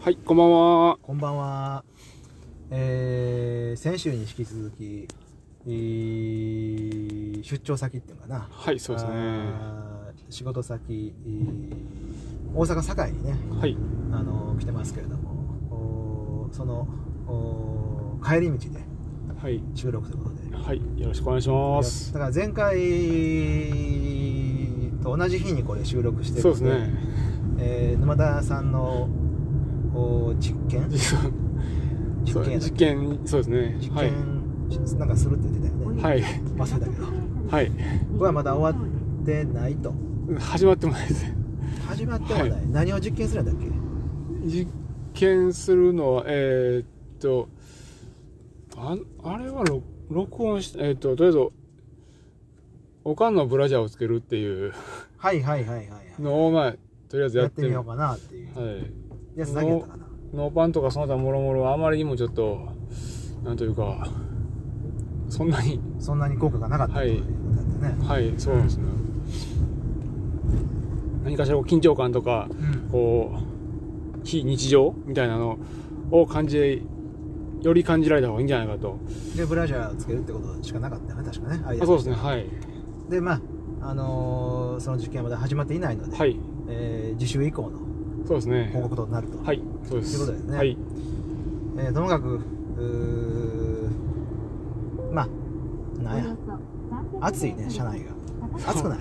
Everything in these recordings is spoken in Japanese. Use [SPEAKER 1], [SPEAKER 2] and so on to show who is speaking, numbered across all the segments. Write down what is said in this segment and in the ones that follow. [SPEAKER 1] はい、こんばんは。
[SPEAKER 2] こんばんは。えー、先週に引き続き、えー出張先っていうのかな。
[SPEAKER 1] はい、そうですね。
[SPEAKER 2] あー仕事先、えー大阪堺にね、
[SPEAKER 1] はい、
[SPEAKER 2] あの来てますけれども、おーそのおー帰り道で
[SPEAKER 1] はい、
[SPEAKER 2] 収録ということで。
[SPEAKER 1] はい、よろしくお願いします。
[SPEAKER 2] だから前回と同じ日にこれ収録して
[SPEAKER 1] そう
[SPEAKER 2] る
[SPEAKER 1] で
[SPEAKER 2] の
[SPEAKER 1] すね。
[SPEAKER 2] えー沼田さんのおー実験
[SPEAKER 1] 実は
[SPEAKER 2] 実
[SPEAKER 1] そう
[SPEAKER 2] 験
[SPEAKER 1] 実験、そうですね。
[SPEAKER 2] 実
[SPEAKER 1] はい、
[SPEAKER 2] 験しなんかするって言ってたよね、
[SPEAKER 1] はい、
[SPEAKER 2] 忘れたけど
[SPEAKER 1] はい、
[SPEAKER 2] これはまだ終わってないと
[SPEAKER 1] 始まってもないですね。
[SPEAKER 2] 始まってはない、
[SPEAKER 1] は
[SPEAKER 2] 何を実験するんだっけ
[SPEAKER 1] 実験するのは、えーっと、ああれはろ録音し、えーっと、とりあえず、おかんのブラジャーをつけるっていう
[SPEAKER 2] はいはいはいはいはい
[SPEAKER 1] のを、まあ、とりあえずや
[SPEAKER 2] や
[SPEAKER 1] っ
[SPEAKER 2] ってて
[SPEAKER 1] み
[SPEAKER 2] みようかなっていう
[SPEAKER 1] はい。
[SPEAKER 2] やつだけやったかな
[SPEAKER 1] ノーパンとかその他もろもろあまりにもちょっとなんというかそんなに
[SPEAKER 2] そんなに効果がなかったということだったね、
[SPEAKER 1] はいそうなんですね、何かしらこう緊張感とか
[SPEAKER 2] うん
[SPEAKER 1] こう非日常みたいなのを感じより感じられた方がいいんじゃないかと
[SPEAKER 2] でブラジャーをつけるってことしかなかったよね確かね
[SPEAKER 1] あそうですねはい
[SPEAKER 2] でまああのーその実験はまだ始まっていないので、
[SPEAKER 1] はい
[SPEAKER 2] えー自習以降の
[SPEAKER 1] そうですね
[SPEAKER 2] 報告となると、
[SPEAKER 1] はいそうです
[SPEAKER 2] ということですね
[SPEAKER 1] はい
[SPEAKER 2] えーともかくうーまあなんや暑
[SPEAKER 3] 暑
[SPEAKER 2] い
[SPEAKER 3] いね
[SPEAKER 2] ね
[SPEAKER 3] 車
[SPEAKER 2] 車
[SPEAKER 3] 内
[SPEAKER 2] 内が
[SPEAKER 3] が
[SPEAKER 2] 暑くない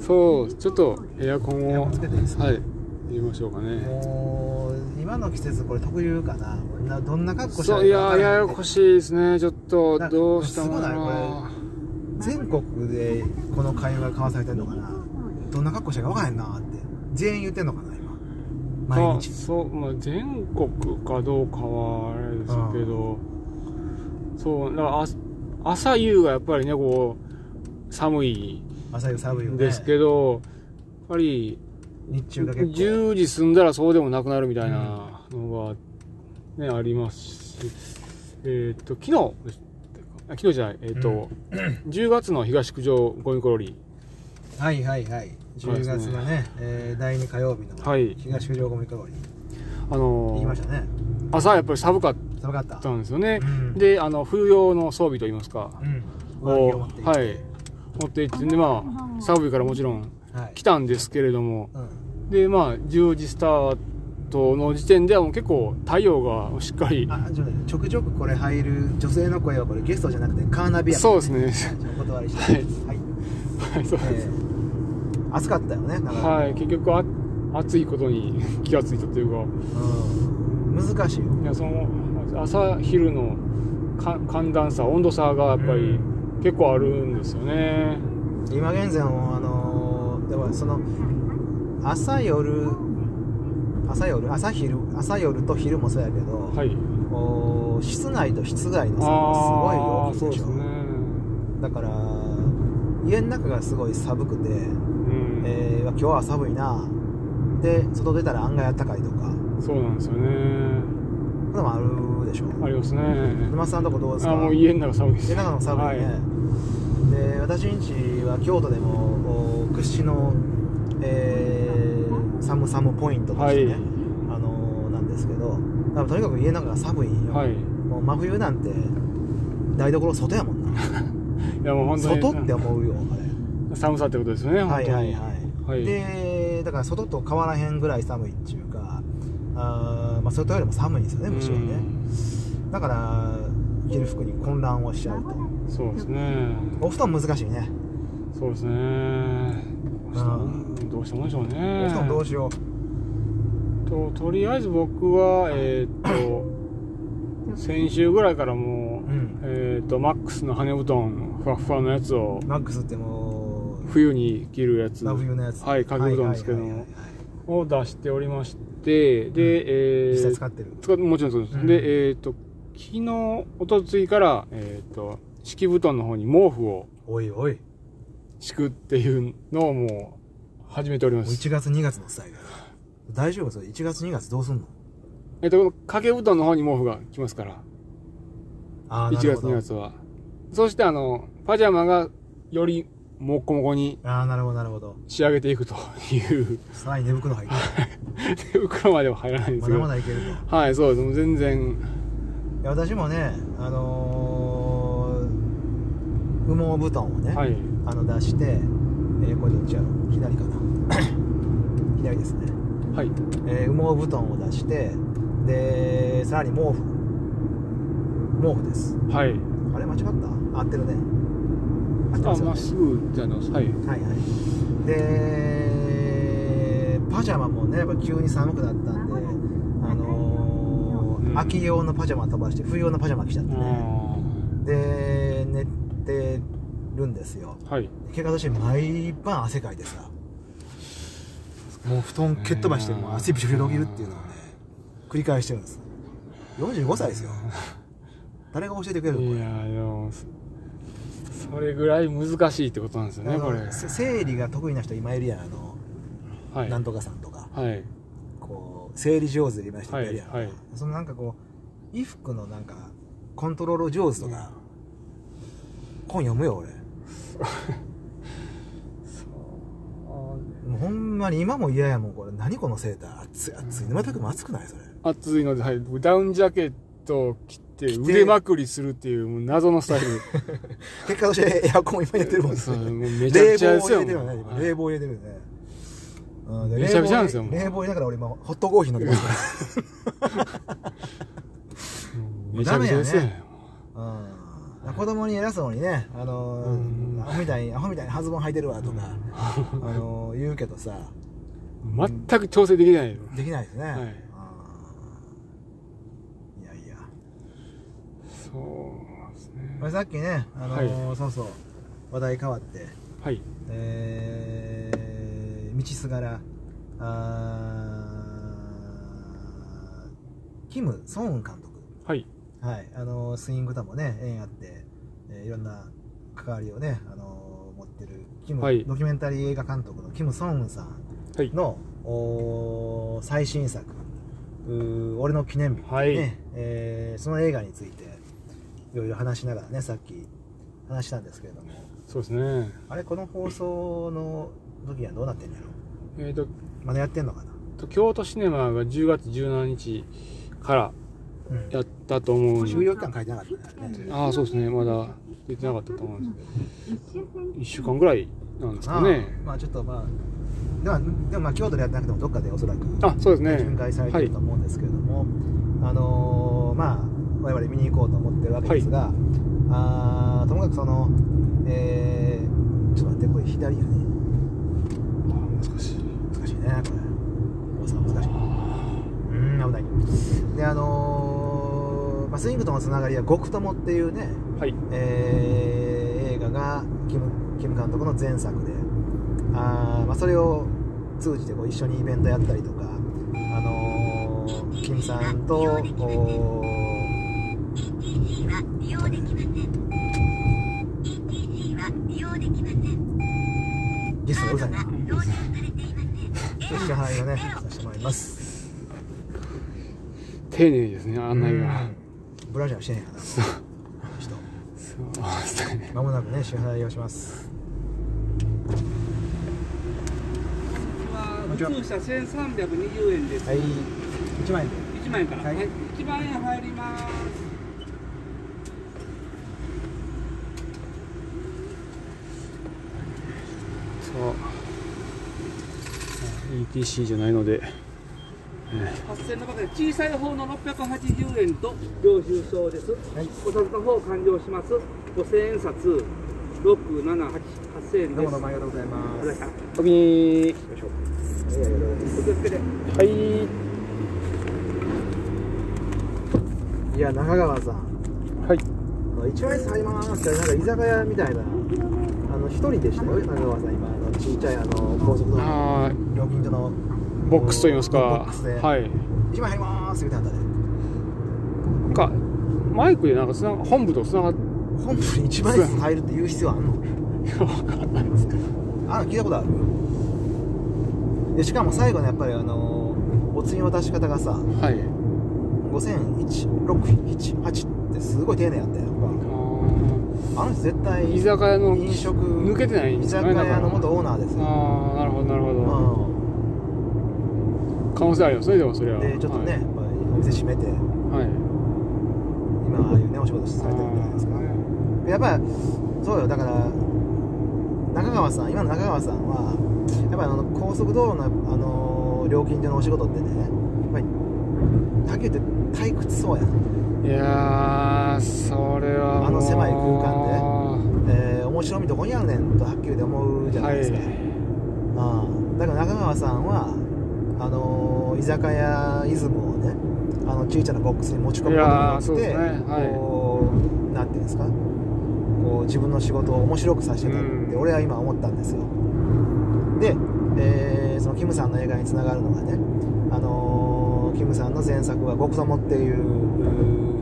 [SPEAKER 1] そうちょっとエアコン
[SPEAKER 2] エア
[SPEAKER 1] を
[SPEAKER 2] コンつけていいですか
[SPEAKER 1] はい入れましょうかね
[SPEAKER 2] もう今の季節これ特有かななどんな格好し
[SPEAKER 1] そ
[SPEAKER 2] たら
[SPEAKER 1] うい
[SPEAKER 2] いいか
[SPEAKER 1] や
[SPEAKER 2] 分からん
[SPEAKER 1] ややこしいですねちょっと
[SPEAKER 2] な
[SPEAKER 1] どうした
[SPEAKER 2] す
[SPEAKER 1] も
[SPEAKER 2] ご
[SPEAKER 1] ん
[SPEAKER 2] ない
[SPEAKER 1] な
[SPEAKER 2] 全国でこの会話が交わされてんのかなどんな格好したらいいか分からへんなって全員言ってんのかな今毎日
[SPEAKER 1] あそう、まあ、全国かどうかはあれですけど、そうだからあ朝夕がやっぱりねこう寒い
[SPEAKER 2] 朝夕寒いよ
[SPEAKER 1] ん
[SPEAKER 2] ね
[SPEAKER 1] ですけど、やっぱり
[SPEAKER 2] 日中が結構
[SPEAKER 1] 10時済んだらそうでもなくなるみたいなのが、ねありますしえっと昨日でしたあ昨日じゃないえっと、10月の東九条ゴミコロリ
[SPEAKER 2] はいはいはい
[SPEAKER 1] そうで
[SPEAKER 2] 10
[SPEAKER 1] すね
[SPEAKER 2] 月のね、えー第2火曜日の
[SPEAKER 1] はい
[SPEAKER 2] 東九条ゴミ通りに
[SPEAKER 1] あ
[SPEAKER 2] 行き
[SPEAKER 1] の
[SPEAKER 2] ましたね
[SPEAKER 1] 朝やっぱり寒かっ
[SPEAKER 2] 寒かった
[SPEAKER 1] たんですよね
[SPEAKER 2] う、ん
[SPEAKER 1] であの冬用の装備といいますか、
[SPEAKER 2] うん上
[SPEAKER 1] を
[SPEAKER 2] 着を持って行っ
[SPEAKER 1] は
[SPEAKER 2] て
[SPEAKER 1] い、持って行ってでまあ寒いからもちろん
[SPEAKER 2] はい
[SPEAKER 1] 来たんですけれども
[SPEAKER 2] うん
[SPEAKER 1] でまあ10時スタートの時点ではもう結構太陽がしっかり
[SPEAKER 2] あちょっとねちょくちょくこれ入る女性の声はこれゲストじゃなくてカーナビや
[SPEAKER 1] そうですね
[SPEAKER 2] ねお断りしてはい、
[SPEAKER 1] はいそうです、
[SPEAKER 2] えー暑かったよねだから、
[SPEAKER 1] はい結局あ暑いことに気がついたというか
[SPEAKER 2] うん、難しいよ
[SPEAKER 1] いやその朝昼のか寒暖差温度差がやっぱり結構あるんですよね
[SPEAKER 2] 今現在もあのー、でもその朝夜朝夜朝昼朝夜と昼もそうやけど、
[SPEAKER 1] はい
[SPEAKER 2] おー室内と室外の差
[SPEAKER 1] あ
[SPEAKER 2] が
[SPEAKER 1] あ
[SPEAKER 2] すごい大きい
[SPEAKER 1] そうで
[SPEAKER 2] でし
[SPEAKER 1] す
[SPEAKER 2] ょ
[SPEAKER 1] ね
[SPEAKER 2] だから家の中がすごい寒くて、
[SPEAKER 1] うん、
[SPEAKER 2] えー今日は寒いなで外出たら案外暖かいとか
[SPEAKER 1] そうなんですよね
[SPEAKER 2] そんなのもあるでしょ
[SPEAKER 1] ありますね
[SPEAKER 2] 沼津さんのとこどうですか
[SPEAKER 1] あもう家の中寒いです
[SPEAKER 2] 家の中も寒いね、
[SPEAKER 1] は
[SPEAKER 2] で私んちは京都でもお屈指の、えー、寒さもポイントとしてね、
[SPEAKER 1] はい
[SPEAKER 2] あのーなんですけど多分とにかく家の中が寒いんよ、
[SPEAKER 1] はい、い
[SPEAKER 2] もう真冬なんて台所外やもんな
[SPEAKER 1] やもう本当に
[SPEAKER 2] 外って思うよあ
[SPEAKER 1] 寒さってことですよね
[SPEAKER 2] れは
[SPEAKER 1] 本
[SPEAKER 2] い
[SPEAKER 1] 当
[SPEAKER 2] はい
[SPEAKER 1] に
[SPEAKER 2] はい、
[SPEAKER 1] はい
[SPEAKER 2] でだから外と変わらへんぐらい寒いっていうかあー、まあ、外よりも寒いんですよねむしろねだから着る服に混乱をしちゃうと
[SPEAKER 1] うんそうですね
[SPEAKER 2] お布団難しいね
[SPEAKER 1] そうですねどうしたもんどうしたもんでしょうね
[SPEAKER 2] お布団どうしよ
[SPEAKER 1] ととりあえず僕はえーっと先週ぐらいからもう、
[SPEAKER 2] うん
[SPEAKER 1] えーっとマックスの羽根布団ふわっふわのやつを
[SPEAKER 2] うマックスってもう
[SPEAKER 1] 冬に着るやつ
[SPEAKER 2] 真冬のやつ
[SPEAKER 1] はい掛け布団ですけども
[SPEAKER 2] はいはいはいはい
[SPEAKER 1] を出しておりましてで、え
[SPEAKER 2] 実
[SPEAKER 1] ー
[SPEAKER 2] 際使ってる
[SPEAKER 1] 使っもちろんそうです、
[SPEAKER 2] うん
[SPEAKER 1] でえーっと昨日一昨日からえーっと敷布団の方に毛布を
[SPEAKER 2] おいおい
[SPEAKER 1] 敷くっていうのをもう始めておりま
[SPEAKER 2] もう
[SPEAKER 1] す。
[SPEAKER 2] 1月2月のスタイルや大丈夫それ1月2月どうすんの
[SPEAKER 1] えっと、この掛け布団の方に毛布が来ますから、
[SPEAKER 2] あー
[SPEAKER 1] 1
[SPEAKER 2] なる
[SPEAKER 1] 月
[SPEAKER 2] ほど
[SPEAKER 1] 2月は。そしてあの、パジャマがよりもっこもこに
[SPEAKER 2] ああなるほどなるほど
[SPEAKER 1] 仕上げていくという、
[SPEAKER 2] さらに寝 袋入って
[SPEAKER 1] 手袋までは入らないんで
[SPEAKER 2] ます
[SPEAKER 1] け
[SPEAKER 2] だ
[SPEAKER 1] ど。
[SPEAKER 2] まだいけるとい
[SPEAKER 1] はい、そうです。もう全然、
[SPEAKER 2] や私もねあのー、羽毛布団をね、
[SPEAKER 1] はい。
[SPEAKER 2] あの出して、えーこれどっちやろ左かな 左ですね、
[SPEAKER 1] はい。
[SPEAKER 2] えー羽毛布団を出してでさらに毛布毛布です
[SPEAKER 1] はい。
[SPEAKER 2] あれ間違った合ってるね合って
[SPEAKER 1] あ、
[SPEAKER 2] ますよ
[SPEAKER 1] まっ
[SPEAKER 2] ね
[SPEAKER 1] すぐじゃないです。はい。
[SPEAKER 2] はいはいでパジャマもねやっぱ急に寒くなったんであのー
[SPEAKER 1] うん
[SPEAKER 2] 秋用のパジャマ飛ばして冬用のパジャマ着ちゃってね
[SPEAKER 1] あ
[SPEAKER 2] で寝てるんですよ
[SPEAKER 1] ーはい。
[SPEAKER 2] 結果として毎晩汗かいてさもう布団蹴っ飛ばしてもう汗びしょびしょに広げるっていうのをね繰り返してるんです45歳ですよ誰が教えてくれるのこ
[SPEAKER 1] い
[SPEAKER 2] れ
[SPEAKER 1] やーでも、そそれぐらい難しいってことなんですよ
[SPEAKER 2] あ
[SPEAKER 1] ね、
[SPEAKER 2] の
[SPEAKER 1] これ。
[SPEAKER 2] せ生理が得意な人今いるやんあの、
[SPEAKER 1] はい。
[SPEAKER 2] なんとかさんとか
[SPEAKER 1] はい。
[SPEAKER 2] こう整理上手でいましたみたいな、
[SPEAKER 1] はいはい
[SPEAKER 2] そのなんかこう衣服のなんかコントロール上手とか、本読むよ俺もうほんまに今も嫌やもんこれ何このセーター暑い暑い沼田君も暑くないそれ
[SPEAKER 1] 暑いので、はい、ダウンジャケットを着て
[SPEAKER 2] 着て
[SPEAKER 1] 腕まくりするっていうもう謎のス タイル
[SPEAKER 2] 結果としてエアコン今入れてるもんね
[SPEAKER 1] そうもうめちゃくちゃ
[SPEAKER 2] 冷
[SPEAKER 1] で
[SPEAKER 2] 房
[SPEAKER 1] すよ
[SPEAKER 2] 入れてるよね今
[SPEAKER 1] はい
[SPEAKER 2] 冷房入れてるよねうんで
[SPEAKER 1] めちゃめちゃなんですよ
[SPEAKER 2] 冷
[SPEAKER 1] も
[SPEAKER 2] 房
[SPEAKER 1] う
[SPEAKER 2] 冷房入れながら俺今ホットコーヒー飲んでますから
[SPEAKER 1] めちゃめちゃですよ
[SPEAKER 2] ダメやうん、子供に偉そうにね、あのー
[SPEAKER 1] うん
[SPEAKER 2] アホみたいにアホみたいにハズボン履いてるわとか、あのー言うけどさ
[SPEAKER 1] 全く調整できない
[SPEAKER 2] できないですね、
[SPEAKER 1] い
[SPEAKER 2] うんいやいや、
[SPEAKER 1] そうですね
[SPEAKER 2] まあ、さっきね、あのーそうそう話題変わって、
[SPEAKER 1] はい
[SPEAKER 2] えー道すがらあーキム・ソンウン監督
[SPEAKER 1] はい
[SPEAKER 2] はい、あのスイングともね縁あって、えーいろんな関わりをね、あの持ってるキム、
[SPEAKER 1] はい
[SPEAKER 2] ドキュメンタリー映画監督のキム・ソンウンさん
[SPEAKER 1] はい
[SPEAKER 2] の、おー最新作うー「俺の記念日、ね」
[SPEAKER 1] はい
[SPEAKER 2] えーその映画についていろいろ話しながらねさっき話したんですけれども
[SPEAKER 1] そうですね
[SPEAKER 2] あれこの放送の時にはどうなってんのやろ
[SPEAKER 1] えっ、と
[SPEAKER 2] まだやってんのかな、
[SPEAKER 1] と京都シネマが10月17日から
[SPEAKER 2] うん、
[SPEAKER 1] やったと思うん
[SPEAKER 2] 終
[SPEAKER 1] で
[SPEAKER 2] 了期間書いてなかったよね
[SPEAKER 1] ああそうですねまだ出てなかったと思うんです1週間ぐらいなんですかね
[SPEAKER 2] あーまあちょっとまあではでもまあ京都でやってなくてもどっかでおそらく
[SPEAKER 1] あそうです
[SPEAKER 2] 巡
[SPEAKER 1] ね
[SPEAKER 2] 回されてると思うんですけれども、あのーまあ我々見に行こうと思ってるわけですが、あーともかくそのえー、ちょっと待ってこれ左やね
[SPEAKER 1] あー難しい
[SPEAKER 2] 難しいねこれ大阪難しいうーん危ないであのーまあ、スイングとのつながりは「極友」っていうね、
[SPEAKER 1] はい
[SPEAKER 2] えー映画がキムキム監督の前作であー、まあ、それを通じてこう一緒にイベントやったりとか、あのーキムさんとこうゲストがうるさいな支払いをねさせてもらいます
[SPEAKER 1] 丁寧ですね案内が
[SPEAKER 2] うんブラジャーしてんやなこの人
[SPEAKER 1] そうですね
[SPEAKER 2] まもなくね支払いをします
[SPEAKER 3] 普通車1320円です。
[SPEAKER 2] はい1万円で
[SPEAKER 3] 1万円から。
[SPEAKER 2] は
[SPEAKER 3] はいい。1万円入ります。
[SPEAKER 1] そう。ETC じゃないので、
[SPEAKER 3] 8000の中で小さい方の680円と領収書です。
[SPEAKER 2] はい
[SPEAKER 3] お札の方完了します。5000円札678 8000円です。
[SPEAKER 2] どうもどうもありがとうございます
[SPEAKER 3] ありがとうございました
[SPEAKER 1] お気に
[SPEAKER 2] よいしょはいありがとうご
[SPEAKER 1] はい。
[SPEAKER 2] ざいますいや中
[SPEAKER 3] お気をつけて。
[SPEAKER 2] 川さん
[SPEAKER 1] はい。
[SPEAKER 2] 一番最りますってなんか居酒屋みたいなあの一人でしたよ中川さん今あのちっちゃいあの高速道路の
[SPEAKER 1] ああ、
[SPEAKER 2] 料金所の
[SPEAKER 1] ボックスと言いますか。
[SPEAKER 2] ボックスで
[SPEAKER 1] はい。
[SPEAKER 2] 一番入りますみたいなで
[SPEAKER 1] なんか、マイクでなんかつなが、本部とつながって、
[SPEAKER 2] 本部に一枚ずつ入るって言う必要あんのあ聞いたことあるでしかも最後のやっぱりあのお釣りの渡し方がさ
[SPEAKER 1] はい。
[SPEAKER 2] 50168ってすごい丁寧やったよ
[SPEAKER 1] あー
[SPEAKER 2] あの人絶対
[SPEAKER 1] 居酒屋の
[SPEAKER 2] 飲食
[SPEAKER 1] 抜けてないん
[SPEAKER 2] 居
[SPEAKER 1] ですよ
[SPEAKER 2] 酒
[SPEAKER 1] ねだか
[SPEAKER 2] 屋
[SPEAKER 1] ら
[SPEAKER 2] の元オーナーですよ
[SPEAKER 1] ああなるほどなるほ
[SPEAKER 2] う
[SPEAKER 1] ど可能性ありますねでもそれは
[SPEAKER 2] んでちょっとね、
[SPEAKER 1] は
[SPEAKER 2] やっぱりお店閉め
[SPEAKER 1] い、
[SPEAKER 2] て
[SPEAKER 1] はい
[SPEAKER 2] 今ああいうねお仕事されてるんじゃないですかやっぱそうよだから中川さん今の中川さんはやっぱりあの高速道路の、あのー料金所のお仕事ってねやっぱりはっきり言って退屈そうやん、
[SPEAKER 1] いやーそれはもう
[SPEAKER 2] あの狭い空間えー面白みどこにあんねんとはっきりと思うじゃないですか、ああだから中川さんはあのー居酒屋イズムをねあの小さなボックスに持ち込むことによ
[SPEAKER 1] いやーそう
[SPEAKER 2] っ
[SPEAKER 1] で
[SPEAKER 2] て
[SPEAKER 1] すねはい
[SPEAKER 2] こうなんていうんですかこう自分の仕事を面白くさせてたって
[SPEAKER 1] うん
[SPEAKER 2] 俺は今思ったんですよで、えーそのキムさんの映画につながるのがね、あのーキムさんの前作は「極友」っていう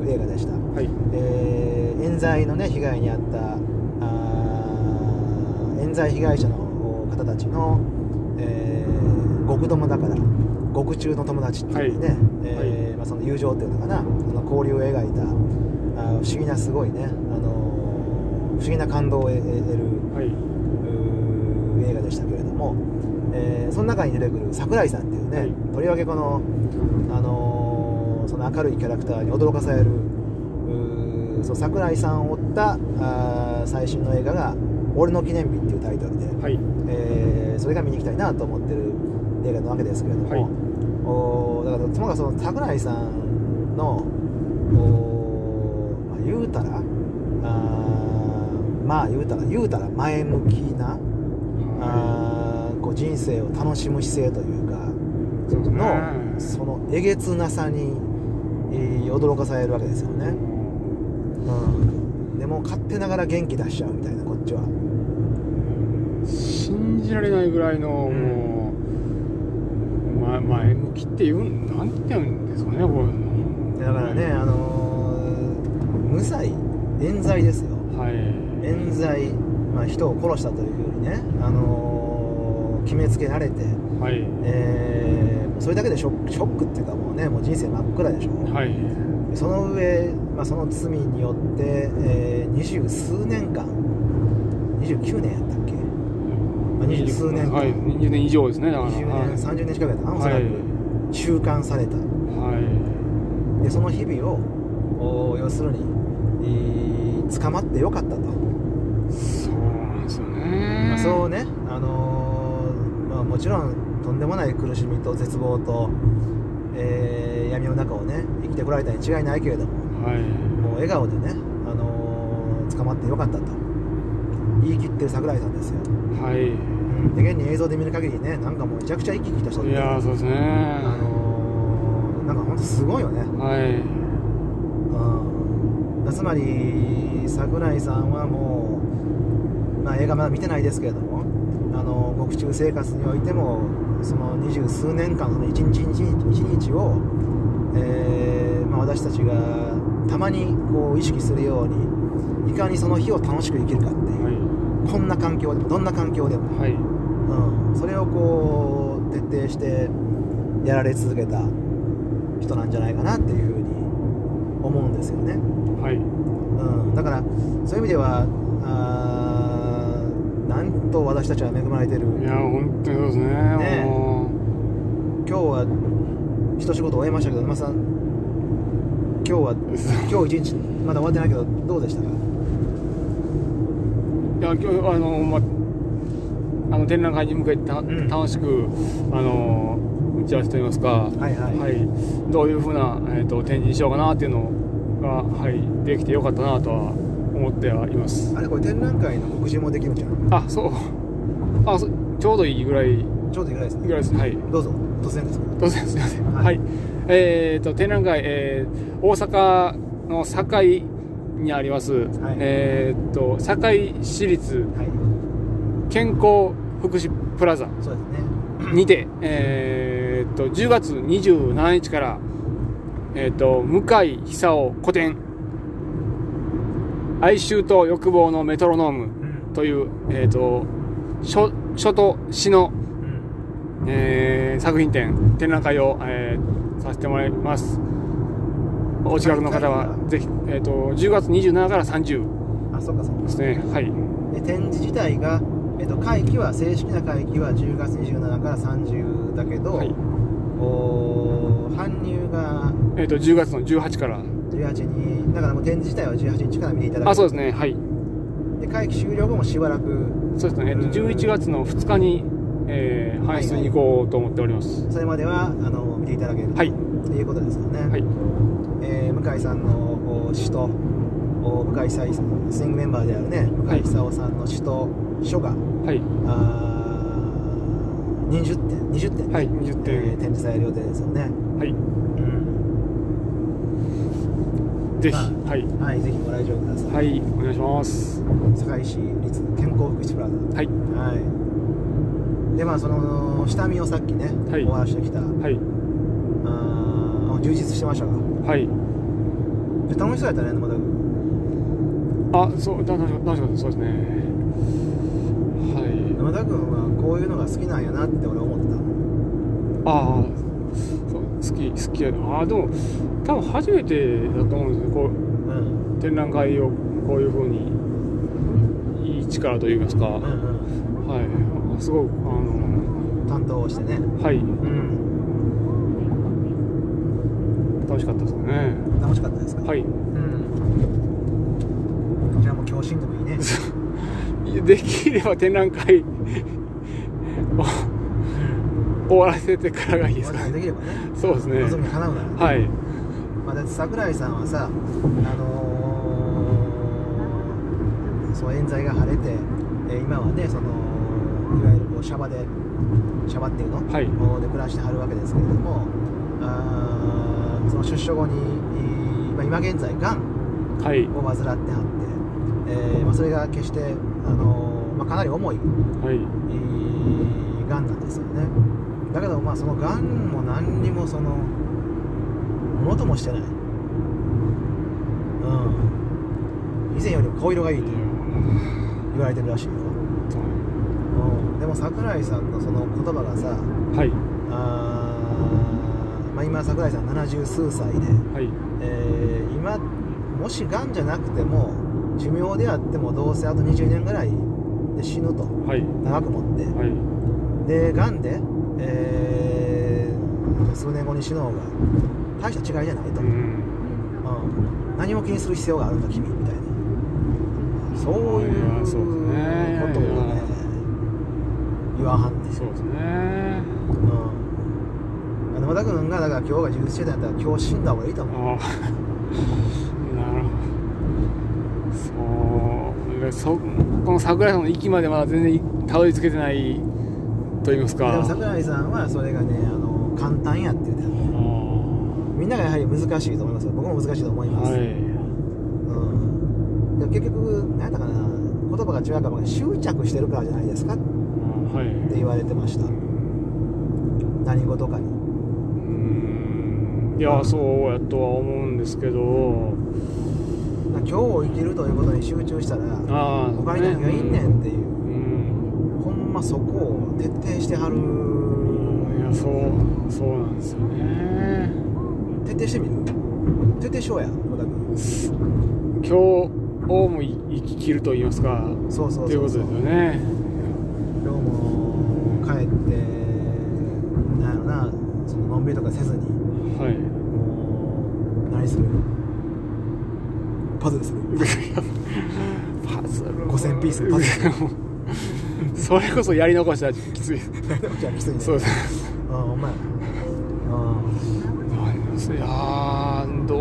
[SPEAKER 2] うー映画でした
[SPEAKER 1] はい、はい、
[SPEAKER 2] えー冤罪のね被害に遭ったあー冤罪被害者の方たちの、えー極友だから極中の友達っていうね、えーまあ、その友情っていうのかなその交流を描いたあー不思議なすごいね、あのー不思議な感動を得得る
[SPEAKER 1] はい、
[SPEAKER 2] うー映画でしたけれども、えーその中に出てくる桜井さんっていうね、
[SPEAKER 1] はい
[SPEAKER 2] とりわけこの、あのーその明るいキャラクターに驚かされるうーそう桜井さんを追ったあー最新の映画が「俺の記念日」っていうタイトルで、
[SPEAKER 1] はい、
[SPEAKER 2] えーそれが見に行きたいなと思ってる映画なわけですけれども、
[SPEAKER 1] はい
[SPEAKER 2] おーだからともかくその桜井さんのおー、まあ、言うたらあーまあ言うたら言うたら前向きな、あーこう人生を楽しむ姿勢というか
[SPEAKER 1] そうですね
[SPEAKER 2] のそのえげつなさに、えー驚かされるわけですよね。うん、でも勝手ながら元気出しちゃうみたいなこっちは。
[SPEAKER 1] 信じられないぐらいの
[SPEAKER 2] うん
[SPEAKER 1] もう、ま、前向きっていうんなんて言うんですかねこういう
[SPEAKER 2] だからね、あのー無罪冤罪ですよ
[SPEAKER 1] のはい
[SPEAKER 2] 冤罪、まあ、人を殺したというふうにね、あのー決めつけられて、
[SPEAKER 1] はい
[SPEAKER 2] えーそれだけでショックショックっていうかもうねもう人生真っ暗でしょ、
[SPEAKER 1] はい
[SPEAKER 2] その上、まあ、その罪によって、えー二十数年間29年やったっけ、まあ、二十数年間、
[SPEAKER 1] はい20年以上ですねだから
[SPEAKER 2] 20
[SPEAKER 1] はい
[SPEAKER 2] 年30年近くやったなおそら
[SPEAKER 1] はい
[SPEAKER 2] く収監された、
[SPEAKER 1] は
[SPEAKER 2] でその日々をおー要するに、えー捕まってよかったと、
[SPEAKER 1] いそうなんですよね、
[SPEAKER 2] まあそうね、あのーまあ、もちろんとんでもない苦しみと絶望と、えー闇の中をね生きてこられたに違いないけれども
[SPEAKER 1] はい
[SPEAKER 2] もう笑顔でね、あのー捕まってよかったと言い切ってる桜井さんですよ、
[SPEAKER 1] はい
[SPEAKER 2] うんで現に映像で見る限りねなんかもうめちゃくちゃ生き生きた人
[SPEAKER 1] い
[SPEAKER 2] で、
[SPEAKER 1] やーそうですね、
[SPEAKER 2] あのーなんかほんとすごいよね
[SPEAKER 1] はい
[SPEAKER 2] うんつまり桜井さんはもう、まあ、映画まだ見てないですけれどもあの獄中生活においてもその二十数年間その一日一日一日を、えーまあ、私たちがたまにこう意識するようにいかにその日を楽しく生きるかっていう、
[SPEAKER 1] は
[SPEAKER 2] こんな環境でもどんな環境でも、
[SPEAKER 1] いはい
[SPEAKER 2] うん、それをこう徹底してやられ続けた人なんじゃないかなっていうふうに思うんですよね。
[SPEAKER 1] はい
[SPEAKER 2] うん、だからそういう意味ではあーなんと私たちは恵まれてる
[SPEAKER 1] いやー本当にそうですね
[SPEAKER 2] ね
[SPEAKER 1] も
[SPEAKER 2] 今日は一仕事終えましたけど沼さん今日 は
[SPEAKER 1] う
[SPEAKER 2] 今日一日まだ終わってないけどどうでしたか
[SPEAKER 1] いや今日あの、まあ、あの展覧会に向けてた、
[SPEAKER 2] ん
[SPEAKER 1] 楽しくあの打ち合わせといいますか、はい
[SPEAKER 2] はい
[SPEAKER 1] どういうふうな、えー、と展示にしようかなっていうのが、はい、できてよかったなとは思ってはいます
[SPEAKER 2] あれこれ展覧会の告示もできるじゃん
[SPEAKER 1] あそうあそちょうどいいぐらい
[SPEAKER 2] ちょうどいいぐらいです
[SPEAKER 1] ぐらい
[SPEAKER 2] ね
[SPEAKER 1] ですねはい
[SPEAKER 2] どうぞ突然ですけど
[SPEAKER 1] 突然すいません
[SPEAKER 2] は
[SPEAKER 1] はいい、えー、と展覧会、えー大阪の堺にあります、
[SPEAKER 2] い
[SPEAKER 1] えー、と堺市立
[SPEAKER 2] はい
[SPEAKER 1] 健康福祉プラザ
[SPEAKER 2] そうですね
[SPEAKER 1] にて、えーっと、10月27日から、えーっと、向井久夫古典、哀愁と欲望のメトロノーム
[SPEAKER 2] うん
[SPEAKER 1] という、えーっと、書、書と詩の、
[SPEAKER 2] うん
[SPEAKER 1] えー作品展、展覧会を、えーさせてもらいます。お近くの方は、ぜひ、えーっと、10月27から30
[SPEAKER 2] あそっかそっか
[SPEAKER 1] ですねはい
[SPEAKER 2] で展示自体が、えっと、会期は正式な会期は10月27から30だけど、
[SPEAKER 1] はい
[SPEAKER 2] おー搬入が
[SPEAKER 1] えっ、と10月の18から
[SPEAKER 2] 18にだからもう展示自体は18日から見ていただく
[SPEAKER 1] あそうですねはい
[SPEAKER 2] で会期終了後もしばらく
[SPEAKER 1] そうですね、えっと11月の2日に、えー、搬出に行こうと思っております
[SPEAKER 2] それまではあの見ていただける
[SPEAKER 1] はい
[SPEAKER 2] ということですよね、
[SPEAKER 1] はい
[SPEAKER 2] えー向井さんのお師とお向井さいスイングメンバーであるね向井久夫さんの師と書が、
[SPEAKER 1] はい
[SPEAKER 2] あー20点20点、
[SPEAKER 1] はい20点
[SPEAKER 2] えー展示される予定ですよね、
[SPEAKER 1] はい
[SPEAKER 2] うん
[SPEAKER 1] ぜひ
[SPEAKER 2] ま
[SPEAKER 1] はい
[SPEAKER 2] はいぜひご来場ください、
[SPEAKER 1] はいお願いします
[SPEAKER 2] 堺市立健康福祉プラザ
[SPEAKER 1] はい
[SPEAKER 2] はいでまあその下見をさっきね、
[SPEAKER 1] はい
[SPEAKER 2] お話してきた
[SPEAKER 1] はい
[SPEAKER 2] あー充実してましたが
[SPEAKER 1] はい
[SPEAKER 2] え楽しそうやったね沼田君
[SPEAKER 1] あそうだだだだそうですねはい
[SPEAKER 2] 沼田君はこういうのが好きなんやなって俺思った
[SPEAKER 1] ああそう好き好きやなあーでも多分初めてだと思うんですねこう
[SPEAKER 2] うん
[SPEAKER 1] 展覧会をこういうふうにいい力といいますか、
[SPEAKER 2] う
[SPEAKER 1] は
[SPEAKER 2] ん
[SPEAKER 1] いあすごくあの
[SPEAKER 2] うん担当をしてね
[SPEAKER 1] はい
[SPEAKER 2] うん
[SPEAKER 1] 楽しかったですね
[SPEAKER 2] 楽しかったですか
[SPEAKER 1] はいい
[SPEAKER 2] うんじゃあもう今日死んでもいいね
[SPEAKER 1] いやできれば展覧会 を
[SPEAKER 2] うん
[SPEAKER 1] 終わらせてからがいいですか
[SPEAKER 2] 私で
[SPEAKER 1] ね
[SPEAKER 2] きればね
[SPEAKER 1] そうですね
[SPEAKER 2] 望み叶うなら、
[SPEAKER 1] はい
[SPEAKER 2] まあ、だって桜井さんはさあのーそう冤罪が晴れて、えー今はねそのいわゆるこうシャバでシャバっていうの、
[SPEAKER 1] はい
[SPEAKER 2] こうで暮らしてはるわけですけれどもあーその出所後に、えーまあ今現在がん
[SPEAKER 1] はい
[SPEAKER 2] を患ってはって、えーまあ、それが決して、あのーまあ、かなり重い
[SPEAKER 1] はい
[SPEAKER 2] がんなんですよねだけどまあそのがんも何にもそのものともしてないうん以前よりも顔色がいいと言われてるらしいよ、うん、でも桜井さんのその言葉がさ
[SPEAKER 1] はい
[SPEAKER 2] あー、まあ、今桜井さん70数歳で、
[SPEAKER 1] はい
[SPEAKER 2] えー今もしがんじゃなくても寿命であってもどうせあと20年ぐらいで死ぬと
[SPEAKER 1] はい
[SPEAKER 2] 長く持って、
[SPEAKER 1] はい
[SPEAKER 2] でがんで、えー数年後に死のうが大した違いじゃないと、
[SPEAKER 1] う
[SPEAKER 2] うん
[SPEAKER 1] ん
[SPEAKER 2] 何も気にする必要があるんだ君みたいなそうい
[SPEAKER 1] い
[SPEAKER 2] う
[SPEAKER 1] やそうですね
[SPEAKER 2] ことをね言わはんねん
[SPEAKER 1] そうですね
[SPEAKER 2] うん沼田君がだから今日が充実してたんやったら今日死んだ方がいいと
[SPEAKER 1] ああ
[SPEAKER 2] 思う
[SPEAKER 1] なるほどそうそこの桜井さんの域までまだ全然たどり着けてないと言います
[SPEAKER 2] で
[SPEAKER 1] か
[SPEAKER 2] も桜井さんはそれがねあの簡単やって言うてはる
[SPEAKER 1] あ
[SPEAKER 2] みんながやはり難しいと思いますよ僕も難しいと思い
[SPEAKER 1] ー
[SPEAKER 2] ます、
[SPEAKER 1] はい
[SPEAKER 2] うん、でも結局何やったかな言葉が違うかも執着してるからじゃないですかって
[SPEAKER 1] あーはい
[SPEAKER 2] 言われてました何事かに
[SPEAKER 1] うんいやそうやとは思うんですけど
[SPEAKER 2] 今日を生きるということに集中したら
[SPEAKER 1] ああ、
[SPEAKER 2] 他に何がいいねんっていううんほんまそこを徹底してはる
[SPEAKER 1] うん、いやそうそうなんですよね
[SPEAKER 2] 徹底してみる徹底しようや小田君
[SPEAKER 1] 今日をも生き切ると言いますか
[SPEAKER 2] そうそう
[SPEAKER 1] という
[SPEAKER 2] そ
[SPEAKER 1] こと
[SPEAKER 2] うそ
[SPEAKER 1] で
[SPEAKER 2] う
[SPEAKER 1] すよね
[SPEAKER 2] 今日も帰ってなんやろなそののんびりとかせずに
[SPEAKER 1] はい
[SPEAKER 2] もう何するパズルする
[SPEAKER 1] パズル
[SPEAKER 2] 5000ピースのパズ
[SPEAKER 1] ル それこそやり残したらきつい
[SPEAKER 2] じゃあきついね
[SPEAKER 1] そうです
[SPEAKER 2] ああお前
[SPEAKER 1] いやーどう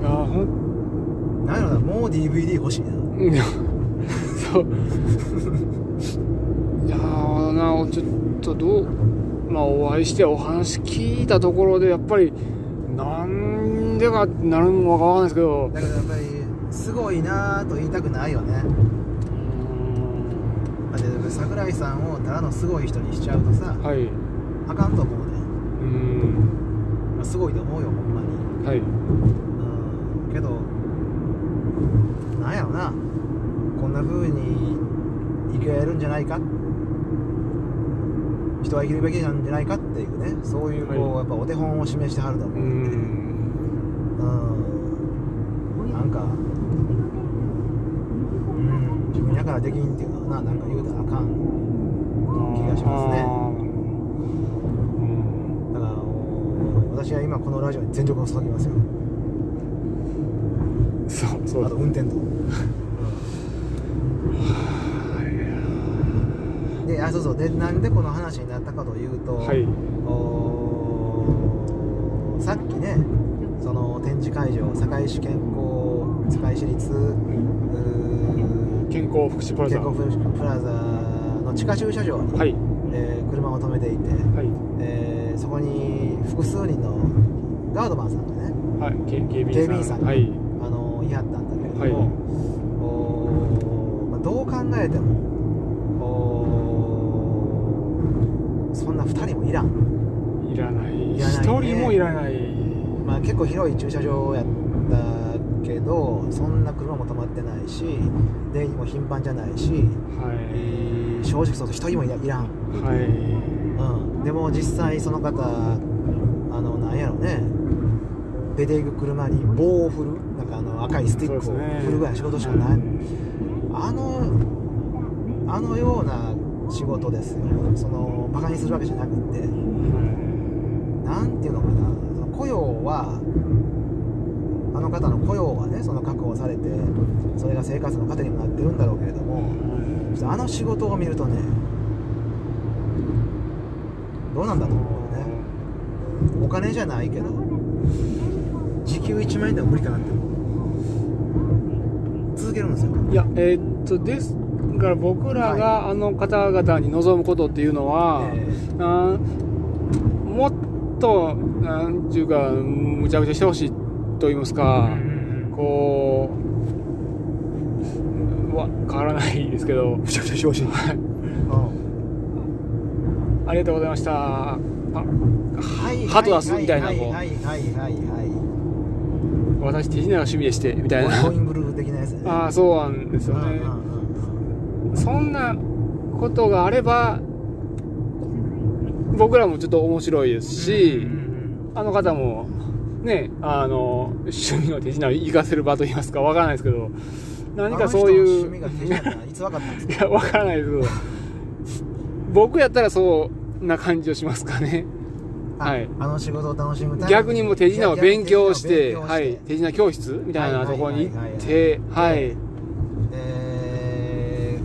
[SPEAKER 1] いやほん
[SPEAKER 2] うんなんやろなもう DVD 欲しいな
[SPEAKER 1] うん そう。いやーなちょっとどう、まあ、お会いしてお話聞いたところで、やっぱり、なんでかなるのかわかんないですけど、
[SPEAKER 2] だけどやっぱりすごいなぁと言いたくないよね
[SPEAKER 1] うー
[SPEAKER 2] だって桜井さんをただのすごい人にしちゃうとさ
[SPEAKER 1] んはい。う
[SPEAKER 2] あかんと思うね
[SPEAKER 1] ーん。
[SPEAKER 2] まあすごいと思うよほんまに
[SPEAKER 1] はい。
[SPEAKER 2] うんけどなんやろなこんな風に生きられるんじゃないか人は生きるべきなんじゃないかっていうねそういうこう、
[SPEAKER 1] はい
[SPEAKER 2] やっぱお手本を示してはると
[SPEAKER 1] うー
[SPEAKER 2] 思う、
[SPEAKER 1] ん。
[SPEAKER 2] うんなんかやからできんっていうのはななんか言うたらあかん気がしますね
[SPEAKER 1] あー
[SPEAKER 2] だからお私は今このラジオに全力を注ぎますよ
[SPEAKER 1] うんそうそう
[SPEAKER 2] あと運転と。であそうそうでなんでこの話になったかというと、
[SPEAKER 1] はい
[SPEAKER 2] おーさっきねその展示会場堺市健康堺市立うー
[SPEAKER 1] 健康福祉プラザ
[SPEAKER 2] 健康プラザの地下駐車場に、
[SPEAKER 1] はい
[SPEAKER 2] えー車を止めていて、
[SPEAKER 1] はい
[SPEAKER 2] えーそこに複数人のガードマンさん
[SPEAKER 1] は
[SPEAKER 2] がね
[SPEAKER 1] いけ警
[SPEAKER 2] 警
[SPEAKER 1] 備
[SPEAKER 2] 備
[SPEAKER 1] 員
[SPEAKER 2] 員
[SPEAKER 1] さ
[SPEAKER 2] さ
[SPEAKER 1] ん
[SPEAKER 2] ん
[SPEAKER 1] はい
[SPEAKER 2] あのいはったんだけれども、
[SPEAKER 1] はい
[SPEAKER 2] おーまあ、どう考えてもおーそんな2人もいらん、
[SPEAKER 1] いらない
[SPEAKER 2] いらない
[SPEAKER 1] 一、
[SPEAKER 2] ね
[SPEAKER 1] 人もいらない
[SPEAKER 2] まあ、結構広い駐車場やったけどそんな車も止まってないし出入りも頻繁じゃないし、
[SPEAKER 1] は
[SPEAKER 2] え
[SPEAKER 1] い
[SPEAKER 2] ー正直そうと1人もいらいらん、
[SPEAKER 1] はい
[SPEAKER 2] うん、でも実際その方あのなんやろね出ていく車に棒を振るなんかあの赤いスティック
[SPEAKER 1] そう
[SPEAKER 2] を
[SPEAKER 1] ですね
[SPEAKER 2] 振るぐらいの仕事しかない、
[SPEAKER 1] うん
[SPEAKER 2] あのあのような仕事ですよそのバカにするわけじゃなくってなんていうのかなその雇用はあの方の雇用はねその確保されてそれが生活の糧にもなってるんだろうけれどもちょっとあの仕事を見るとねどうなんだと思うよねお金じゃないけど時給1万円では無理かなって思う続けるんですよ
[SPEAKER 1] いやえーっとですから僕らがあの方々に望むことっていうのは、
[SPEAKER 2] え
[SPEAKER 1] なんもっとなんちゅうかむちゃくちゃしてほしいと言いますか、
[SPEAKER 2] ーうん
[SPEAKER 1] こうわ変わらないですけど
[SPEAKER 2] むちゃくちゃしてほしい、うん
[SPEAKER 1] ありがとうございましたあ
[SPEAKER 2] はい
[SPEAKER 1] ハト出すみたいな
[SPEAKER 2] はい
[SPEAKER 1] こう
[SPEAKER 2] はいはいはいはい
[SPEAKER 1] 私手品が趣味でしてみたい
[SPEAKER 2] ゴ ー
[SPEAKER 1] な
[SPEAKER 2] イングルー的なやつやね
[SPEAKER 1] ああそうなんです
[SPEAKER 2] うん
[SPEAKER 1] よ
[SPEAKER 2] うん
[SPEAKER 1] ね
[SPEAKER 2] うん
[SPEAKER 1] そんなことがあれば僕らもちょっと面白いですし、
[SPEAKER 2] うんうん
[SPEAKER 1] あの方も、ね、あの、趣味の手品を活かせる場といいますか、わからないですけど、
[SPEAKER 2] うん
[SPEAKER 1] 何かそうい
[SPEAKER 2] あの人の趣味
[SPEAKER 1] う、
[SPEAKER 2] が手品だったのいつわかったんです
[SPEAKER 1] い
[SPEAKER 2] か
[SPEAKER 1] や、わからないですけど、僕やったらそうな感じをしますかね。はい
[SPEAKER 2] ああの仕事を楽しむため
[SPEAKER 1] 逆にもう手品を勉強して、
[SPEAKER 2] 手品を勉強
[SPEAKER 1] はい、手品教室みたいなところに行って、
[SPEAKER 2] は
[SPEAKER 1] はいい、
[SPEAKER 2] え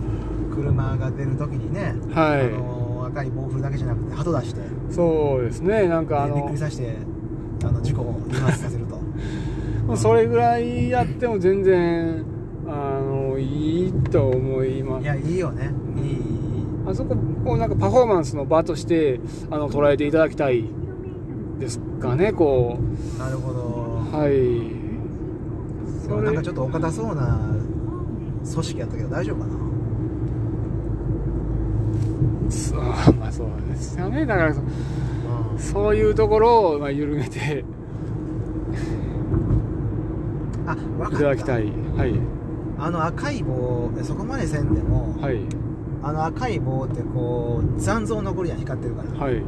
[SPEAKER 2] ー車が出るときにね、あ
[SPEAKER 1] は
[SPEAKER 2] の赤い棒振るだけじゃなくて鳩出して、
[SPEAKER 1] い、そうですね、なんかあ
[SPEAKER 2] でびっく
[SPEAKER 1] の
[SPEAKER 2] り、させてあの事故を誘発させると
[SPEAKER 1] それぐらいやっても全然、あの、いいと思います
[SPEAKER 2] い。やいいよねいいいいいい
[SPEAKER 1] あそこをなんかパフォーマンスの場としてあの捉えていただきたいですかね、こ
[SPEAKER 2] なるほど
[SPEAKER 1] う。はい。
[SPEAKER 2] でもなんかちょっとお堅そうな組織やったけど大丈夫かな
[SPEAKER 1] そう、 まあそうですよね。だからそ、そういうところをまあ緩めて
[SPEAKER 2] あ分か
[SPEAKER 1] い
[SPEAKER 2] った
[SPEAKER 1] だきたい。はい。
[SPEAKER 2] あの赤い棒そこまでせんでも、
[SPEAKER 1] はい。
[SPEAKER 2] あの赤い棒ってこう残像残るやん光ってるから、
[SPEAKER 1] はい。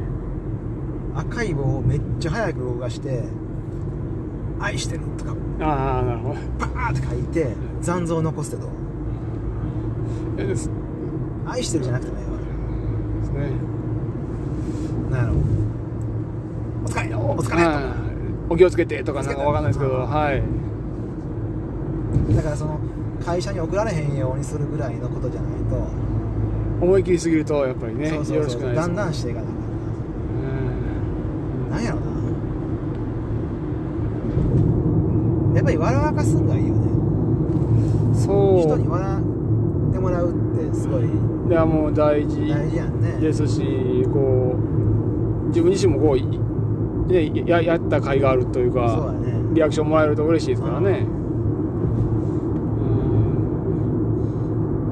[SPEAKER 2] 赤い棒をめっちゃ早く動かして「愛してる」とか
[SPEAKER 1] ああ、なるほど
[SPEAKER 2] バーって書いて残像残すけど
[SPEAKER 1] え。ですで
[SPEAKER 2] 「愛してる」じゃなくてもいいわ
[SPEAKER 1] すね。
[SPEAKER 2] なんやろお疲れお疲れと
[SPEAKER 1] は
[SPEAKER 2] か
[SPEAKER 1] いお気をつけてとかなんかわかんないですけど、はい。
[SPEAKER 2] だからその会社に送られへんようにするぐらいのことじゃないと、
[SPEAKER 1] 思い切りすぎると、やっぱりね、
[SPEAKER 2] そうそ
[SPEAKER 1] よ
[SPEAKER 2] う
[SPEAKER 1] ろ
[SPEAKER 2] そ
[SPEAKER 1] しくな
[SPEAKER 2] う
[SPEAKER 1] いです
[SPEAKER 2] だん
[SPEAKER 1] も
[SPEAKER 2] だ
[SPEAKER 1] ね。
[SPEAKER 2] んしていかなあ
[SPEAKER 1] うん
[SPEAKER 2] かんなんやろなやっぱり笑わかすんがいいよね
[SPEAKER 1] そう。
[SPEAKER 2] 人に笑ってもらうってすごい
[SPEAKER 1] いやもう大事
[SPEAKER 2] 大事やん
[SPEAKER 1] で
[SPEAKER 2] ね
[SPEAKER 1] すしこう自分自身もこういねややった甲斐があるという
[SPEAKER 2] そうだ
[SPEAKER 1] か
[SPEAKER 2] ね
[SPEAKER 1] リアクションもらえると嬉しいですからねうん何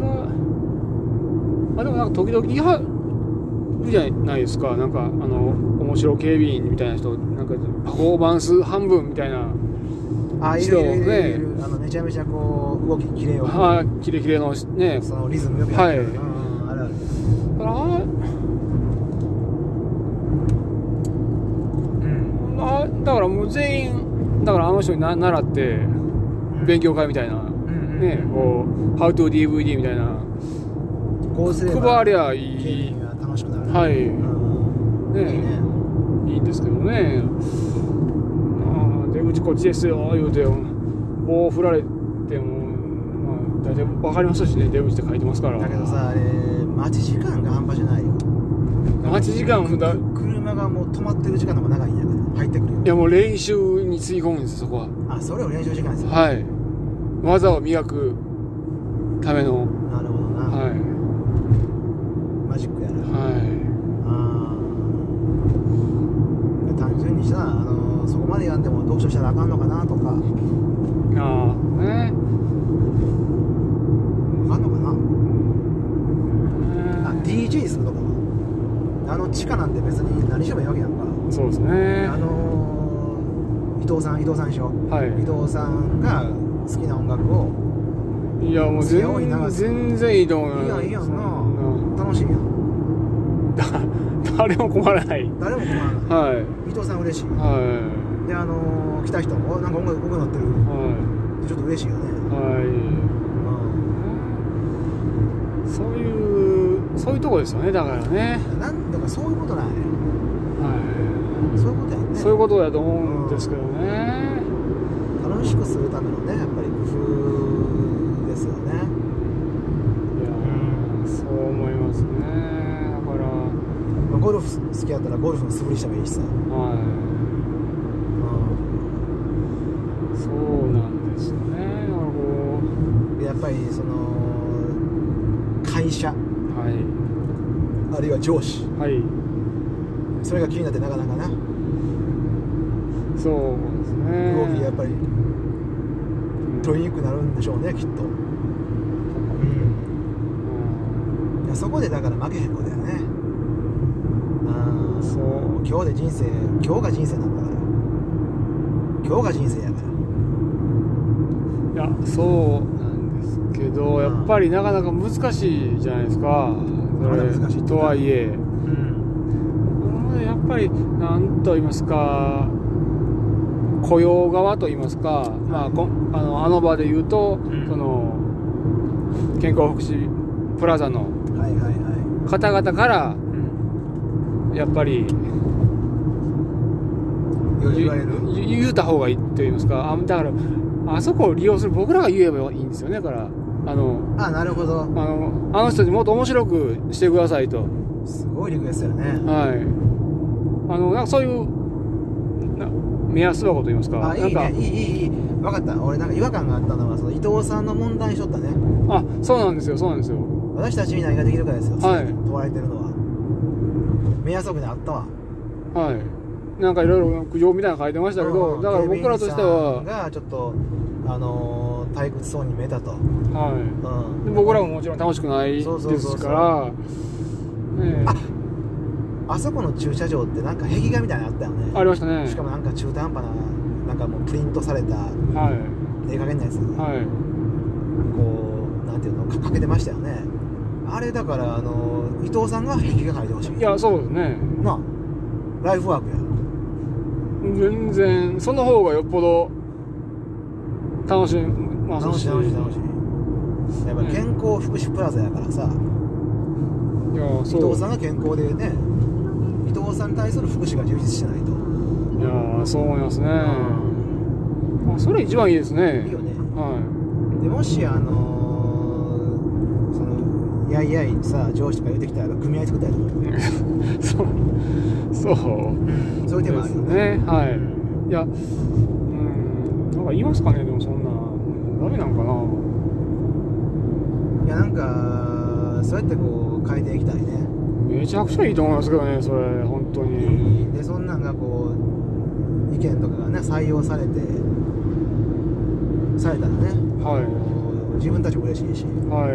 [SPEAKER 1] があでもなんか時々はじゃないですかなんかあの面白警備員みたいな人なんかパフォーマンス半分みたいな
[SPEAKER 2] あい
[SPEAKER 1] 人
[SPEAKER 2] る
[SPEAKER 1] を
[SPEAKER 2] いるいる
[SPEAKER 1] ね
[SPEAKER 2] いる、あのめちゃめちゃこう動ききれよ
[SPEAKER 1] あーキレキレのね
[SPEAKER 2] そのリズムよくやってる、
[SPEAKER 1] はい
[SPEAKER 2] うんうんあるある
[SPEAKER 1] あ
[SPEAKER 2] うん
[SPEAKER 1] あだからもう全員だからあの人にな習って勉強会みたいな、
[SPEAKER 2] うんうん
[SPEAKER 1] ねこう How to DVD みたいな
[SPEAKER 2] こうすれば
[SPEAKER 1] 配りゃ
[SPEAKER 2] 経
[SPEAKER 1] いい
[SPEAKER 2] 験が楽しくなる、
[SPEAKER 1] はいうね
[SPEAKER 2] ん、いいね
[SPEAKER 1] いいんですけどねああ出口こっちですよ言うて棒振られてもまあ大体分かりますしね出口って書いてますから
[SPEAKER 2] だけどさあれ待ち時間が半端じゃないよ
[SPEAKER 1] 待ち時間もだい
[SPEAKER 2] 車がもう止まってる時間の方が長いんやから入ってくるよ
[SPEAKER 1] やもう練習につぎ込むんですそこは
[SPEAKER 2] あそれを練習時間ですよ
[SPEAKER 1] はい技を磨くための
[SPEAKER 2] なるほどな、
[SPEAKER 1] は
[SPEAKER 2] マジックやら
[SPEAKER 1] いは
[SPEAKER 2] あー単純にさ、あのそこまでやっても読書したらあかんのかなとか
[SPEAKER 1] いあ
[SPEAKER 2] あ
[SPEAKER 1] あね
[SPEAKER 2] かんのかなあ
[SPEAKER 1] ね
[SPEAKER 2] DJ するとこあの地下なんて別に何してもいいわけやんか
[SPEAKER 1] そうですね
[SPEAKER 2] あのー伊藤さん伊藤さんでしょ
[SPEAKER 1] はい
[SPEAKER 2] 伊藤さんが好きな音楽を
[SPEAKER 1] いやもう
[SPEAKER 2] 強いな
[SPEAKER 1] 全全然いいと思う
[SPEAKER 2] いいやんいいやん
[SPEAKER 1] そん
[SPEAKER 2] な楽しみやん
[SPEAKER 1] な誰も困らない
[SPEAKER 2] 誰も困らない
[SPEAKER 1] はい
[SPEAKER 2] 伊藤さん嬉しい
[SPEAKER 1] は
[SPEAKER 2] であのー来た人もなんか音楽僕乗ってる
[SPEAKER 1] いは
[SPEAKER 2] ちょっと嬉しいよ
[SPEAKER 1] い
[SPEAKER 2] ね
[SPEAKER 1] は
[SPEAKER 2] うん
[SPEAKER 1] いそういうそういうとこですよねだからね
[SPEAKER 2] なんだかそういうことない
[SPEAKER 1] は
[SPEAKER 2] そういうことやね
[SPEAKER 1] いそういうことだと思うんですけどね
[SPEAKER 2] 楽しくするためのねやっぱり工夫ですよね
[SPEAKER 1] いやそう思いますねだから
[SPEAKER 2] まあゴルフ好きやったらゴルフの素振りしてもいいしさ、
[SPEAKER 1] はいそうなんですよね。あの
[SPEAKER 2] でやっぱりその会社
[SPEAKER 1] は
[SPEAKER 2] あるいは上司
[SPEAKER 1] いはい
[SPEAKER 2] それが気になってなかなかな
[SPEAKER 1] そうですね。
[SPEAKER 2] 動きやっぱり
[SPEAKER 1] うん
[SPEAKER 2] 取りにくくなるんでしょうねきっと、
[SPEAKER 1] うん
[SPEAKER 2] いやそこでだから負けへんことやねあ
[SPEAKER 1] そう
[SPEAKER 2] ー今日で人生今日が人生なんだから今日が人生やから
[SPEAKER 1] いやそうなんですけどやっぱりなかなか難しいじゃないですか。そ
[SPEAKER 2] まだ難しい
[SPEAKER 1] れとはいえ、
[SPEAKER 2] うん
[SPEAKER 1] うんやっぱりなんと言いますか。雇用側と言いますか、まあ、こあのあの場で言うと、
[SPEAKER 2] うん
[SPEAKER 1] その健康福祉プラザの
[SPEAKER 2] はいはいは
[SPEAKER 1] 方々から
[SPEAKER 2] い、
[SPEAKER 1] やっぱり
[SPEAKER 2] より言われる
[SPEAKER 1] ゆ言うた方がいいって言いますかあだからあそこを利用する僕らが言えばいいんですよねだからあの
[SPEAKER 2] あなるほ
[SPEAKER 1] あ
[SPEAKER 2] ど
[SPEAKER 1] のあの人にもっと面白くしてくださいと
[SPEAKER 2] すごいリクエストやね
[SPEAKER 1] はいあのなんかそういうな目安箱と言いますか
[SPEAKER 2] あいい
[SPEAKER 1] な
[SPEAKER 2] ね
[SPEAKER 1] んか
[SPEAKER 2] いいいいいい分かった俺なんか違和感があったのはその伊藤さんの問題にしとったね
[SPEAKER 1] あそうなんですよそうなんですよ
[SPEAKER 2] 私たちに何ができるかですよ、
[SPEAKER 1] はい
[SPEAKER 2] 問われてるのは目安くにあったわ
[SPEAKER 1] はいなんかいろいろ苦情みたいなの書いてましたけど、
[SPEAKER 2] うん
[SPEAKER 1] だから僕らとしては、
[SPEAKER 2] 警備員さんがちょっとあのー退屈そうに見えたと、
[SPEAKER 1] は
[SPEAKER 2] う
[SPEAKER 1] い、
[SPEAKER 2] ん
[SPEAKER 1] で僕らももちろん楽しくない
[SPEAKER 2] そ
[SPEAKER 1] で
[SPEAKER 2] うそうそうそう
[SPEAKER 1] すからねえ
[SPEAKER 2] ああそこの駐車場ってなんか壁画みたいなのあったよね
[SPEAKER 1] ありましたね
[SPEAKER 2] しかもなんか中途半端ななんかもうプリントされた
[SPEAKER 1] はい
[SPEAKER 2] 絵加減なやつ、
[SPEAKER 1] はい
[SPEAKER 2] こうなんていうのかかけてましたよねあれだからあの伊藤さんが壁画描いてほしい
[SPEAKER 1] いやそうですね
[SPEAKER 2] なあライフワークや
[SPEAKER 1] 全然その方がよっぽど楽しみます
[SPEAKER 2] 楽しい楽しい楽しいやっぱ
[SPEAKER 1] うん
[SPEAKER 2] 健康福祉プラザやからさ、
[SPEAKER 1] いや
[SPEAKER 2] 伊
[SPEAKER 1] そう
[SPEAKER 2] 藤さんが健康でね伊藤さんに対する福祉が充実してないと、
[SPEAKER 1] いやそう思いますね、あそれ一番いいですね
[SPEAKER 2] いいよね
[SPEAKER 1] は
[SPEAKER 2] でもしあのーそのやいやいさ上司とか言うてきたら組合作ったりとか
[SPEAKER 1] い そうそう
[SPEAKER 2] そういう手もあるよね
[SPEAKER 1] ねはいいやうんなんか言いますかねでもそんなダメなんかない
[SPEAKER 2] やなんかそうやってこう変えていきたいね
[SPEAKER 1] めちゃくちゃいいと思いますけどねそれ本当に
[SPEAKER 2] でそんなんがこう意見とかがね採用されてされたらね、
[SPEAKER 1] はい
[SPEAKER 2] こう自分たちも嬉しいし、
[SPEAKER 1] はい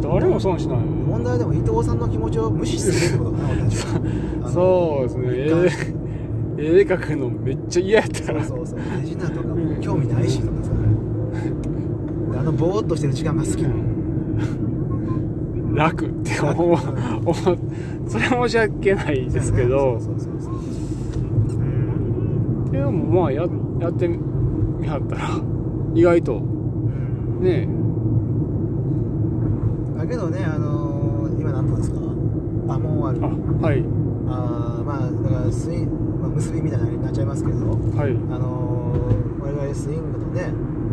[SPEAKER 1] 誰も損しない
[SPEAKER 2] 問題はでも伊藤さんの気持ちを無視するってことかな俺 たちはあの
[SPEAKER 1] そうですね
[SPEAKER 2] 一貫し
[SPEAKER 1] 絵描くのめっちゃ嫌やった
[SPEAKER 2] そう
[SPEAKER 1] ら
[SPEAKER 2] そうそう手品とかも興味ないしとか さあのぼーっとしてる時間が好きなの
[SPEAKER 1] 楽って思う思
[SPEAKER 2] 楽
[SPEAKER 1] う それは申し訳ないですけど
[SPEAKER 2] そうそうそうそう
[SPEAKER 1] でもまあややってみはったら 意外と
[SPEAKER 2] うん
[SPEAKER 1] ね
[SPEAKER 2] だけどね、あのー今何分ですかあもうある
[SPEAKER 1] あ
[SPEAKER 2] あ
[SPEAKER 1] はい
[SPEAKER 2] あーまあだからスイン、まあ、結びみたいになっちゃいますけど
[SPEAKER 1] はい
[SPEAKER 2] あのー我々スイングのね、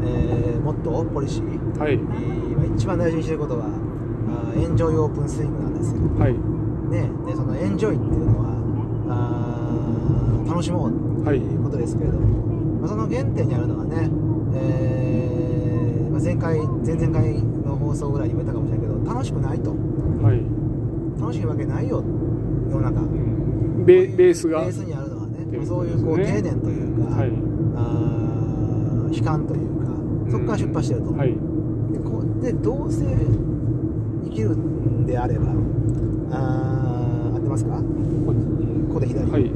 [SPEAKER 2] えー、もっとポリシー、
[SPEAKER 1] はい
[SPEAKER 2] えー今一番大事にしてることはあーエンジョイオープンスイングなんですよ、
[SPEAKER 1] はい
[SPEAKER 2] ね、でそのエンジョイっていうのはあー楽しもうと
[SPEAKER 1] はい
[SPEAKER 2] いうことですけれども、まあ、その原点にあるのはね、えーまあ、前回前々回の放送ぐらいにも言ったかもしれないけど楽しくないと
[SPEAKER 1] はい
[SPEAKER 2] 楽しいわけないよ世の中
[SPEAKER 1] ベベースが
[SPEAKER 2] ベース
[SPEAKER 1] は
[SPEAKER 2] にあるのはね
[SPEAKER 1] というこ
[SPEAKER 2] そ
[SPEAKER 1] と
[SPEAKER 2] うい
[SPEAKER 1] ですね
[SPEAKER 2] うこう経念というか、
[SPEAKER 1] い
[SPEAKER 2] あー悲観というかそこから出発してると、
[SPEAKER 1] はい
[SPEAKER 2] でこうでどうせ生きるんであればあー合ってますかここで左
[SPEAKER 1] はい
[SPEAKER 2] え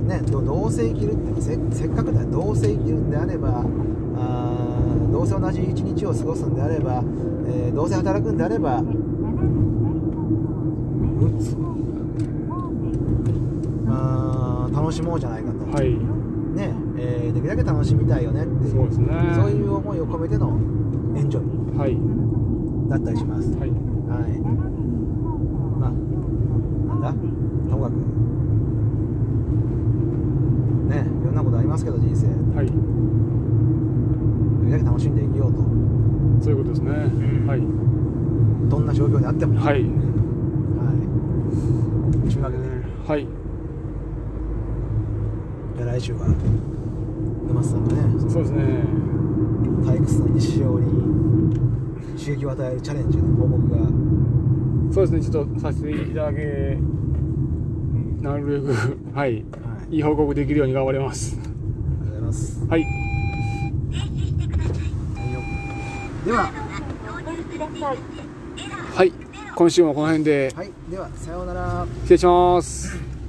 [SPEAKER 2] ーねどどうせ生きるってせせっかくだどうせ生きるんであればあーどうせ同じ一日を過ごすんであれば、えーどうせ働くんであればうつあー楽しもうじゃないかと、
[SPEAKER 1] はい
[SPEAKER 2] ねえーできるだけ楽しみたいよねっていう
[SPEAKER 1] そうですね
[SPEAKER 2] そういう思いを込めてのエンジョイ
[SPEAKER 1] はい
[SPEAKER 2] だったりします。
[SPEAKER 1] はい
[SPEAKER 2] はい。まあ、なんだともかく。ね、いろんなことありますけど、人生。で
[SPEAKER 1] はい
[SPEAKER 2] きるだけ楽しんで生きようと。
[SPEAKER 1] そういうことですね
[SPEAKER 2] ん
[SPEAKER 1] はい
[SPEAKER 2] どんな状況であっても。は
[SPEAKER 1] はい
[SPEAKER 2] い。というわけで、
[SPEAKER 1] はい
[SPEAKER 2] じゃあ来週は、沼津さんがね、
[SPEAKER 1] そうですね
[SPEAKER 2] 退屈な日常に刺激を与えるチャレンジの報告が、
[SPEAKER 1] そうですねちょっとさせていただけなるべく はい
[SPEAKER 2] はい。あり
[SPEAKER 1] いい報告できるように頑張ります
[SPEAKER 2] がとうございます。
[SPEAKER 1] はい
[SPEAKER 2] はいよでは、
[SPEAKER 1] はい今週もこの辺で
[SPEAKER 2] はい。では、さようなら。
[SPEAKER 1] 失礼します